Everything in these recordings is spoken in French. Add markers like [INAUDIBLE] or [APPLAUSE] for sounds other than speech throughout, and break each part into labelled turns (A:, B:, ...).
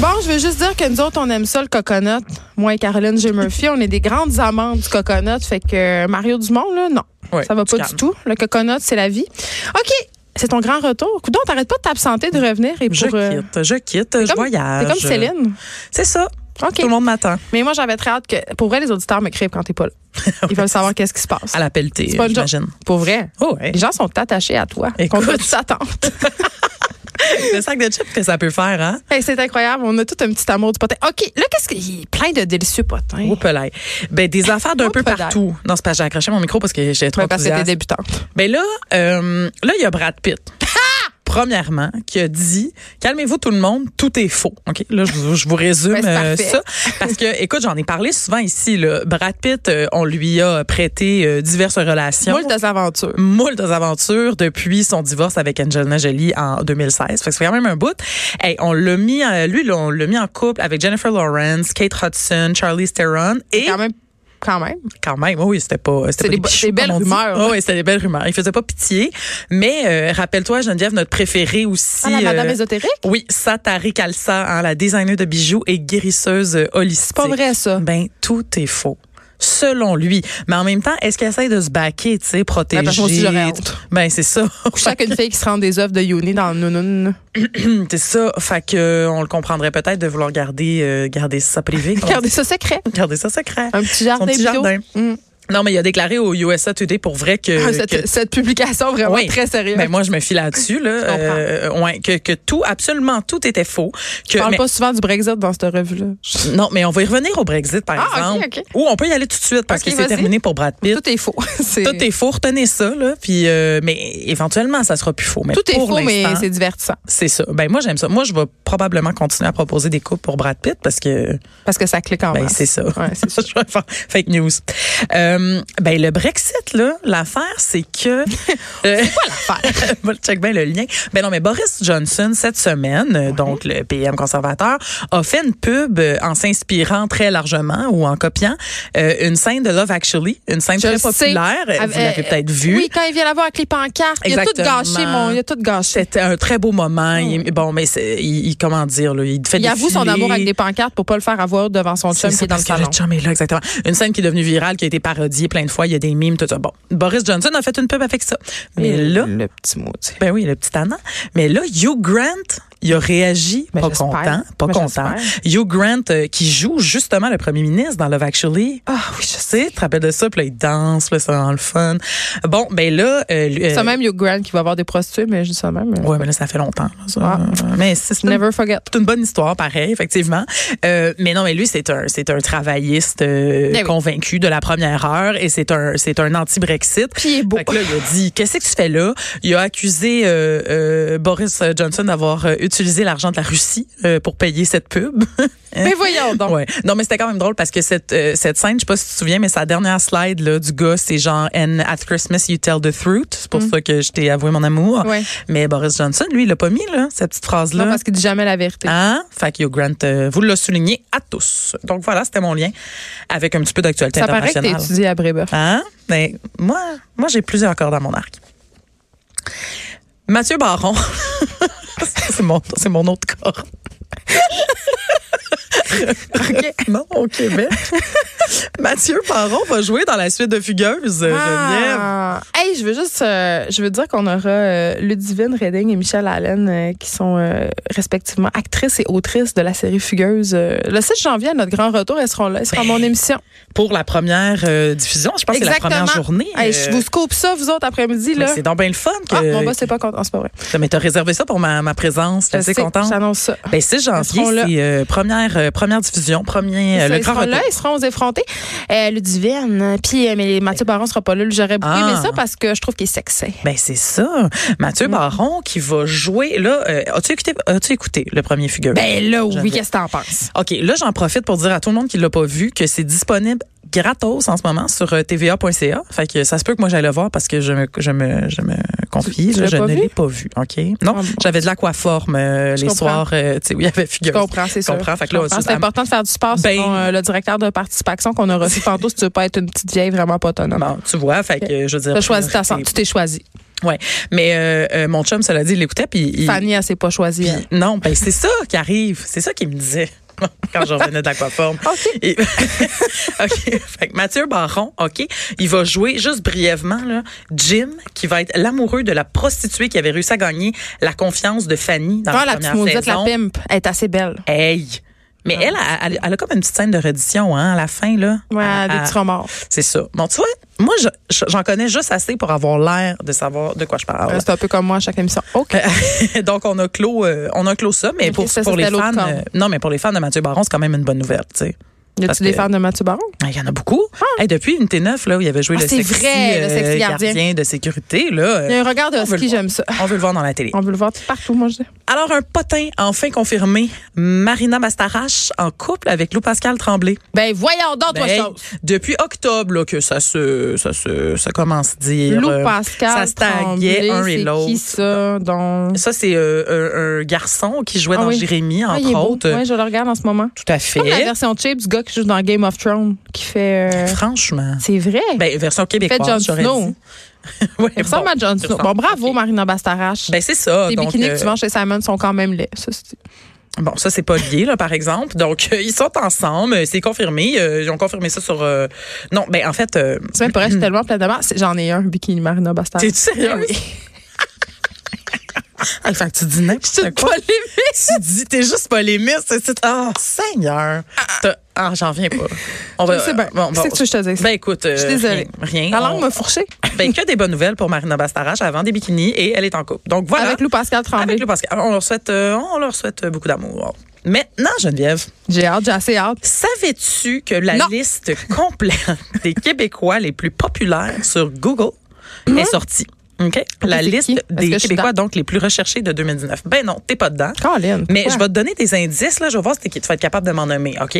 A: Bon, je veux juste dire que nous autres, on aime ça le coconut. Moi et Caroline G. Murphy, on est des grandes amantes du coconut. Fait que euh, Mario Dumont, là, non.
B: Ouais,
A: ça va
B: tu
A: pas du
B: calmes.
A: tout. Le coconut, c'est la vie. OK, c'est ton grand retour. Coudon, t'arrêtes pas de t'absenter de revenir et pour.
B: Je
A: euh,
B: quitte, je quitte, je
A: comme-
B: voyage.
A: T'es comme Céline.
B: C'est ça.
A: OK.
B: Tout le monde m'attend.
A: Mais moi, j'avais très hâte que. Pour vrai, les auditeurs me crèvent quand t'es
B: [LAUGHS]
A: pas là. Ils veulent savoir qu'est-ce qui se passe.
B: À la pelletée,
A: C'est pas une joke.
B: j'imagine.
A: Pour vrai.
B: Oh,
A: [LAUGHS]
B: ouais.
A: Les gens sont attachés à toi.
B: Écoute.
A: On toute s'attente.
B: Le sac de chips que ça peut faire, hein?
A: [LAUGHS] Hey, c'est incroyable. On a tout un petit amour du potin. OK, là, qu'est-ce qu'il y a plein de délicieux potins?
B: Au Pelay. Ben, des
A: Ah,
B: affaires d'un peu
A: Au Pelay.
B: partout. Non, c'est pas, j'ai accroché mon micro parce que j'étais trop
A: Ouais, parce que t'es
B: enthousiaste.
A: débutante.
B: Ben là, euh, là, il y a Brad
A: [LAUGHS]
B: Pitt. Premièrement, qui a dit calmez-vous tout le monde, tout est faux. Ok, là je, vous- je vous résume
A: Ben, c'est
B: euh,
A: parfait.
B: ça
A: [LAUGHS]
B: parce que écoute, j'en ai parlé souvent ici. Là. Brad Pitt, euh, on lui a prêté euh, diverses relations.
A: Moule des aventures.
B: moult aventures depuis son divorce avec Angelina Jolie en 2016. Fait que c'est quand même un bout. Hey, on l'a mis, euh, lui, là, on l'a mis en couple avec Jennifer Lawrence, Kate Hudson, Charlize Theron et
A: Quand même. Quand même.
B: quand même, oui, c'était pas.
A: C'est
B: C'était pas
A: des
B: des
A: bo-
B: bichoux,
A: des belles
B: comme on dit.
A: rumeurs, là.
B: oui, c'était des belles rumeurs. Il faisait pas pitié. Mais euh, rappelle-toi, Geneviève, notre préférée aussi.
A: Ah, la madame
B: euh,
A: ésotérique?
B: oui, Satari Kalsa, hein, la designer de bijoux et guérisseuse euh, holistique.
A: Pas vrai, ça.
B: Ben, tout est faux. Selon lui. Mais en même temps, est-ce qu'elle essaie de se baquer, tu sais, protéger?
A: parce que moi aussi, j'aurais honte.
B: ben, c'est ça. [LAUGHS]
A: Chacune fille qui se rend des œuvres de Yoni dans le nounoun.
B: c'est ça. Fait que, euh, on le comprendrait peut-être de vouloir garder, euh, garder ça privé. comme on
A: Regardez ça secret.
B: dit. garder ça secret.
A: Un petit
B: Son
A: jardin
B: petit
A: bio.
B: jardin.
A: Mm.
B: Non, mais il a déclaré au USA Today pour vrai que.
A: Ah, cette,
B: que-
A: cette publication vraiment
B: Oui.
A: très sérieuse.
B: ben moi je me fie là-dessus là,
A: comprends.
B: Euh, ouais, que, que tout absolument tout était faux que
A: Je parle
B: mais-
A: pas souvent du Brexit dans cette revue-là.
B: non mais on va y revenir au Brexit par
A: Ah, ok,
B: exemple
A: ok.
B: ou on peut y aller tout de suite parce
A: Ok,
B: que c'est
A: vas-y.
B: terminé pour Brad Pitt
A: Tout est faux. [LAUGHS] C'est-
B: tout est faux retenez ça là puis euh, mais éventuellement ça sera plus faux mais
A: Tout est
B: pour
A: faux, mais
B: l'instant,
A: c'est divertissant.
B: c'est ça ben moi j'aime ça moi je vais probablement continuer à proposer des coupes pour Brad Pitt parce que
A: Parce que ça clique en
B: Ben,
A: masse.
B: c'est ça.
A: Ah
B: [LAUGHS]
A: Ouais, c'est ça.
B: Je vais faire fake news. Euh, ben, le Brexit, là, l'affaire,
A: [LAUGHS]
B: c'est que. c'est quoi l'affaire? [LAUGHS] Moi, je check bien le lien. Ben non, mais Boris Johnson, cette semaine, euh, donc le PM conservateur, a fait une pub euh, en s'inspirant très largement ou en copiant euh, une scène de Love Actually, une scène
A: Je
B: très
A: le sais.
B: populaire.
A: Ah,
B: Vous
A: euh,
B: l'avez peut-être vue.
A: Oui, quand il vient la voir avec les pancartes, il a tout
B: Exactement.
A: gâché, mon. Il a tout gâché.
B: C'était un très beau moment. Il- bon, mais c'est- il, il- comment dire, là, il fait
A: Il avoue son
B: défiler.
A: amour avec des pancartes pour pas le faire avoir devant son
B: C'est
A: chum qui
B: ça,
A: est dans le
B: parce que
A: salon.
B: chum est là, exactement. Une scène qui est devenue virale, qui a été parodiée plein de fois. Il y a des mimes, tout ça. Bon, Boris Johnson a fait une pub avec ça. Mais là,
A: Le petit mot, tu sais.
B: ben oui, le petit Anna. Mais là, Hugh Grant, il a réagi,
A: Ben,
B: pas
A: j'espère.
B: content, pas
A: Ben,
B: content.
A: j'espère.
B: Hugh Grant, euh, qui joue justement le premier ministre dans Love Actually. Ah oui, je sais, tu te rappelles de ça, puis là, il danse, puis là, c'est vraiment le fun. Bon, ben là... euh, lui-
A: C'est
B: euh,
A: même Hugh Grant qui va avoir des prostituées, mais je dis ça même. euh,
B: Ouais, mais là, ça fait longtemps. là, ça.
A: Ah.
B: Mais c'est c'est une
A: Never forget.
B: c'est une bonne histoire, pareil, effectivement. Euh, mais non, mais lui, c'est un, c'est un travailliste euh,
A: Eh oui.
B: convaincu de la première heure et c'est un, c'est un anti-Brexit.
A: Puis il est beau.
B: Fait que là, il a dit, qu'est-ce que tu fais là? Il a accusé euh, euh, Boris Johnson d'avoir euh, utilisé l'argent de la Russie euh, pour payer cette pub.
A: Mais voyons donc.
B: Euh, [LAUGHS] Ouais. Non, mais c'était quand même drôle parce que cette, euh, cette scène, je sais pas si tu te souviens, mais sa dernière slide là, du gars, c'est genre And at Christmas you tell the truth. C'est pour ça que je t'ai avoué mon amour.
A: Mm. Ouais.
B: Mais Boris Johnson, lui, il l'a pas mis, là, cette petite phrase-là.
A: Non, parce qu'il dit jamais la vérité.
B: Hein? Fait que Hugh Grant euh, vous l'a souligné à tous. Donc voilà, c'était mon lien avec un petit peu d'actualité
A: ça paraît que t'es
B: internationale.
A: étudié à Brébeuf.
B: Hein? Ben, moi, moi j'ai plusieurs cordes à mon arc. Mathieu Baron. [LAUGHS] c'est mon, c'est mon autre corps. [LAUGHS] Non, au Québec. Mathieu Baron va jouer dans la suite de Fugueuse, Geneviève.
A: Ah. Hey, je veux juste, euh, je veux dire qu'on aura euh, Ludivine Redding et Michelle Allen euh, qui sont euh, respectivement actrices et autrices de la série Fugueuse. Euh, le 6 janvier, à notre grand retour, elles seront là, elles seront à mon
B: Ben,
A: émission.
B: Pour la première euh, diffusion, je pense que c'est la première journée.
A: Hey, je
B: euh,
A: vous scope ça, vous autres, après-midi
B: mais
A: là.
B: c'est donc bien le fun que.
A: Ah, mon boss, c'est pas content, c'est pas vrai.
B: Mais t'as réservé ça pour ma, ma présence. T'es
A: Je
B: assez
A: sais,
B: contente?
A: J'annonce ça.
B: Ben, 6 janvier,
A: seront là.
B: c'est euh, première, euh, première diffusion, premier, euh,
A: Ça,
B: le
A: ils
B: grand
A: seront
B: retour.
A: là, ils seront aux effrontés. Euh, Ludivine, euh, puis euh, mais Mathieu Baron sera pas là. J'aurais beaucoup
B: Ah.
A: aimé ça parce que je trouve qu'il est sexy.
B: Ben, c'est ça.
A: Mm.
B: Mathieu Baron qui va jouer. Là, euh, as-tu écouté, as écouté le premier figure?
A: Ben là, oui,
B: Geneviève.
A: qu'est-ce que t'en penses?
B: OK, là, j'en profite pour dire à tout le monde qui l'a pas vu que c'est disponible gratos en ce moment sur euh, tva.ca. Fait que ça se peut que moi j'aille le voir parce que je me, je me, je me confie.
A: Tu- tu
B: là,
A: l'as
B: je
A: pas
B: ne
A: vu?
B: l'ai pas vu. OK?
A: Ah
B: Non,
A: bon.
B: j'avais de l'aquaforme euh,
A: Je
B: les
A: comprends.
B: soirs euh, tu sais, où il y avait figure.
A: Je comprends, c'est
B: Je
A: ça.
B: comprends. Fait que là, juste
A: c'est
B: à-
A: important de faire du sport.
B: Ben-
A: sinon, euh, le directeur de participation qu'on a
B: [LAUGHS]
A: reçu tantôt, si tu veux pas être une petite vieille vraiment pas autonome.
B: Bon, tu vois, fait que euh, je veux dire.
A: T'as choisi ta
B: priorité.
A: santé. Tu t'es choisi.
B: Ouais. Mais euh, euh, mon chum, cela dit, il l'écoutait puis il-
A: Fanny, elle s'est pas choisie.
B: puis-
A: elle.
B: non, ben c'est ça qui arrive, c'est ça qu'il me disait [LAUGHS] quand je revenais de l'aquaforme.
A: [LAUGHS] OK.
B: Et- [LAUGHS] OK. Fait que Mathieu Baron, OK, il va jouer juste brièvement là, Jim, qui va être l'amoureux de la prostituée qui avait réussi à gagner la confiance de Fanny dans
A: Ah,
B: la,
A: la petite
B: première
A: maudite, la
B: saison.
A: pimp, elle est assez belle.
B: Hey! Mais elle, elle, elle a comme une petite scène de reddition hein, à la fin. Là.
A: Ouais,
B: Elle-
A: des
B: elle-
A: petits remords.
B: C'est ça. Bon, tu vois, moi, je- je- j'en connais juste assez pour avoir l'air de savoir de quoi je parle.
A: Euh, C'est un peu comme moi à chaque émission. OK.
B: [LAUGHS] Donc on a clos, euh, on a clos ça, mais
A: Ok,
B: pour,
A: ça,
B: pour les
A: c'était l'autre
B: fans,
A: camp.
B: euh, non mais pour les fans de Mathieu Baron, c'est quand même une bonne nouvelle, tu sais.
A: Y
B: parce
A: a-tu des
B: que-
A: fans de Mathieu Baron?
B: Ah, Il y en a beaucoup. Hey, depuis une T9 là où il avait joué
A: Ah,
B: le,
A: c'est
B: sexy, euh,
A: vrai, le sexy gardien.
B: de sécurité là. euh,
A: Il y a un regard de
B: on veut
A: ski,
B: le voir.
A: j'aime ça.
B: On veut le voir dans la télé.
A: On veut le voir tout partout, moi, je dis.
B: Alors un potin enfin confirmé, Marina Bastarache en couple avec Lou Pascal Tremblay.
A: Ben, voyons d'autres
B: Ben, hey,
A: choses.
B: depuis octobre là, que ça se ça se ça commence à dire.
A: Lou
B: Euh, ça
A: Pascal,
B: se taguait
A: Tremblay,
B: un et
A: c'est
B: l'autre.
A: qui ça? Donc...
B: Ça c'est euh, un, un garçon qui jouait
A: Ah
B: dans
A: oui.
B: Jérémy
A: Ah,
B: entre
A: il est beau.
B: autres. euh,
A: Ouais, je le regarde en ce moment.
B: Tout à fait.
A: Comme la version cheap du gars qui joue dans Game of Thrones, qui fait... euh,
B: Franchement.
A: C'est vrai.
B: Ben, version
A: fait Jon
B: québécoise, j'aurais
A: Snow.
B: dit. [LAUGHS] Ouais,
A: Il ressemble
B: bon.
A: à Jon
B: il
A: Snow.
B: ressemble.
A: Bon, bravo,
B: Ok.
A: Marina Bastarache.
B: Ben, c'est ça.
A: les
B: Donc,
A: bikinis que tu
B: euh,
A: vends chez Simon sont quand même laids. Ça, c'est-
B: Bon, ça, c'est pas lié, là, par exemple. Donc, euh, ils sont ensemble. euh, C'est confirmé. euh, ils ont confirmé ça sur... euh, Non, ben, en fait... euh,
A: C'est même pour elle, je suis tellement pleine de marre. C'est- J'en ai un, bikini Marina Bastarache. Ben
B: T'es-tu sérieuse?
A: [LAUGHS]
B: Ah, fait que tu dis
A: C'est
B: n'importe
A: une
B: quoi.
A: polémique.
B: tu dis, t'es juste polémiste. c'est- c'est-
A: Oh,
B: Ah, Seigneur. T'as- Ah, j'en viens pas. On
A: Je sais bien.
B: bon, bon.
A: Qu'est-ce que tu veux que je te dise?
B: Ben, écoute... euh,
A: Je suis désolée.
B: Rien. rien.
A: La langue
B: On-
A: m'a fourché.
B: [LAUGHS] Ben, que des bonnes nouvelles pour Marina Bastarache. Elle vend des bikinis et elle est en couple. Donc, voilà.
A: Avec Lou Pascal Tremblay.
B: Avec le Pascal. On leur souhaite, euh, on leur souhaite euh, beaucoup d'amour. Maintenant, Geneviève,
A: J'ai hâte, j'ai assez hâte.
B: savais-tu que la
A: Non.
B: liste complète [LAUGHS] des Québécois les plus populaires sur Google est sortie? OK? La
A: Mhm. c'est
B: liste
A: qui? Est-ce que
B: des
A: je suis
B: Québécois, donc, les plus recherchés de 2019. Ben non, t'es pas dedans.
A: Colin.
B: Mais
A: pourquoi?
B: je vais te donner des indices, là. Je vais voir si t'es- tu vas être capable de m'en nommer, OK?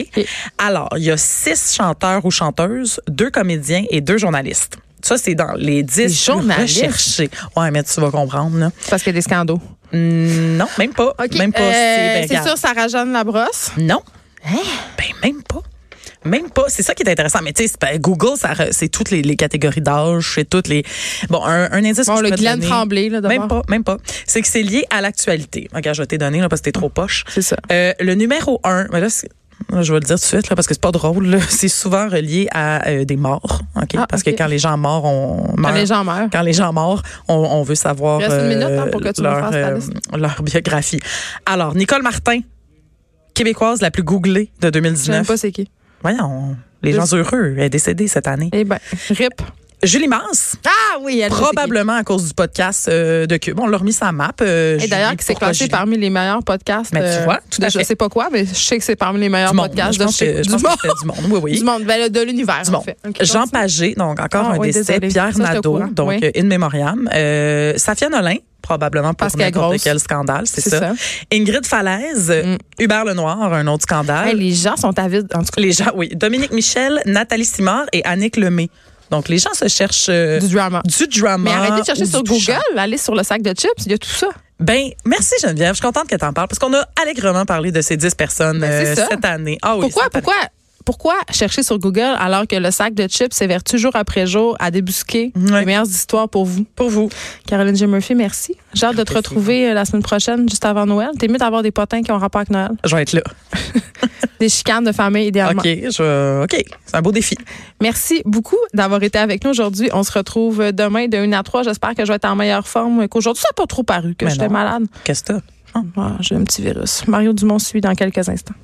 B: Alors, il y a six chanteurs ou chanteuses, deux comédiens et deux journalistes. Ça, c'est dans les
A: Des
B: dix plus
A: journalistes?
B: recherchés. Ouais, mais tu vas comprendre, là.
A: C'est parce qu'il y a des scandaux.
B: Mm, Non, même pas. Même pas.
A: Euh,
B: c'est ben,
A: c'est
B: regarde.
A: sûr, Sarah-Jeanne Labrosse.
B: Non.
A: Hein?
B: Ben, même pas. Même pas. C'est ça qui est intéressant. Mais tu sais, c'est pas- Google, ça re- c'est toutes les, les catégories d'âge, c'est toutes les. Bon, un, un indice.
A: Bon,
B: que je
A: le
B: peux te
A: Glenn
B: donner.
A: Tremblay, là, d'abord.
B: Même pas, même pas. C'est que c'est lié à l'actualité. Regarde, je vais t'ai donné, là, parce que t'es trop poche.
A: C'est ça.
B: Euh, le numéro un, ben là, c'est- là, je vais le dire tout de suite, là, parce que c'est pas drôle, là. [LAUGHS] C'est souvent relié à euh, des morts. OK?
A: Ah,
B: parce
A: OK.
B: que quand les gens morts, on
A: Quand
B: meurt
A: Ah, les gens meurent.
B: quand les gens morts, on, on veut savoir
A: Il reste une minute, hein, pour que tu me
B: leur,
A: fasses ta
B: euh,
A: liste.
B: leur biographie. Alors, Nicole Martin, québécoise la plus googlée de
A: Je sais même
B: 2019.
A: pas c'est qui.
B: Voyons, les gens heureux, elle est décédée cette année.
A: Eh ben, rip.
B: Julie Mars,
A: Ah oui, elle
B: probablement à cause du podcast euh, de Cube. On l'a remis sa map. euh,
A: Et d'ailleurs,
B: Julie,
A: qui s'est
B: pourquoi
A: classé
B: Julie?
A: parmi les meilleurs podcasts.
B: Mais tu
A: euh,
B: vois, tout à
A: de Je
B: fait.
A: sais pas quoi, mais je sais que c'est parmi les meilleurs
B: du monde.
A: podcasts
B: Je
A: de
B: pense
A: chez-
B: que- je
A: du,
B: pense que
A: monde.
B: c'était du monde. Oui,
A: [LAUGHS]
B: oui.
A: du monde. Ben, là, de l'univers,
B: Du
A: en
B: monde.
A: fait. OK,
B: Jean
A: continue.
B: Pagé, donc encore
A: Ah,
B: un
A: oui,
B: décès.
A: désolée.
B: Pierre
A: Ça, j'étais au
B: Nadeau,
A: courant.
B: donc
A: Oui.
B: euh, in memoriam. Euh, Safia Nolin, probablement pour
A: Parce qu'elle est
B: n'importe
A: grosse.
B: quel scandale, c'est
A: C'est
B: ça.
A: ça.
B: Ingrid Falaise, Hubert Lenoir, un autre scandale.
A: Mm. Hey, les gens sont avides. En tout cas,
B: les gens, oui. Dominique Michel, Nathalie Simard et Annick Lemay. Donc, les gens se cherchent euh,
A: du drama.
B: du drama.
A: Mais arrêtez de chercher
B: ou du
A: sur
B: touchant.
A: Google, allez sur le sac de chips, il y a tout ça.
B: Ben, merci Geneviève. Je suis contente que tu en parles parce qu'on a allègrement parlé de ces 10 personnes
A: Ben, c'est
B: euh,
A: ça.
B: cette année. Ah oui,
A: pourquoi,
B: cette année.
A: pourquoi, pourquoi chercher sur Google alors que le sac de chips s'évertue jour après jour à débusquer
B: Ouais.
A: les meilleures histoires pour vous?
B: Pour vous.
A: Caroline J. Murphy, merci. J'ai hâte de te
B: Merci.
A: retrouver euh, la semaine prochaine, juste avant Noël. T'es mieux d'avoir des potins qui ont rapport avec Noël.
B: Je vais être là.
A: Des chicanes de famille, idéalement.
B: OK. Je... OK. C'est un beau défi.
A: Merci beaucoup d'avoir été avec nous aujourd'hui. On se retrouve euh, demain de 1 à 3. J'espère que je vais être en meilleure forme qu'aujourd'hui. Ça n'a pas trop paru que
B: Mais
A: j'étais
B: non.
A: malade.
B: Qu'est-ce que t'as?
A: Ah, J'ai un petit virus. Mario Dumont suit dans quelques instants.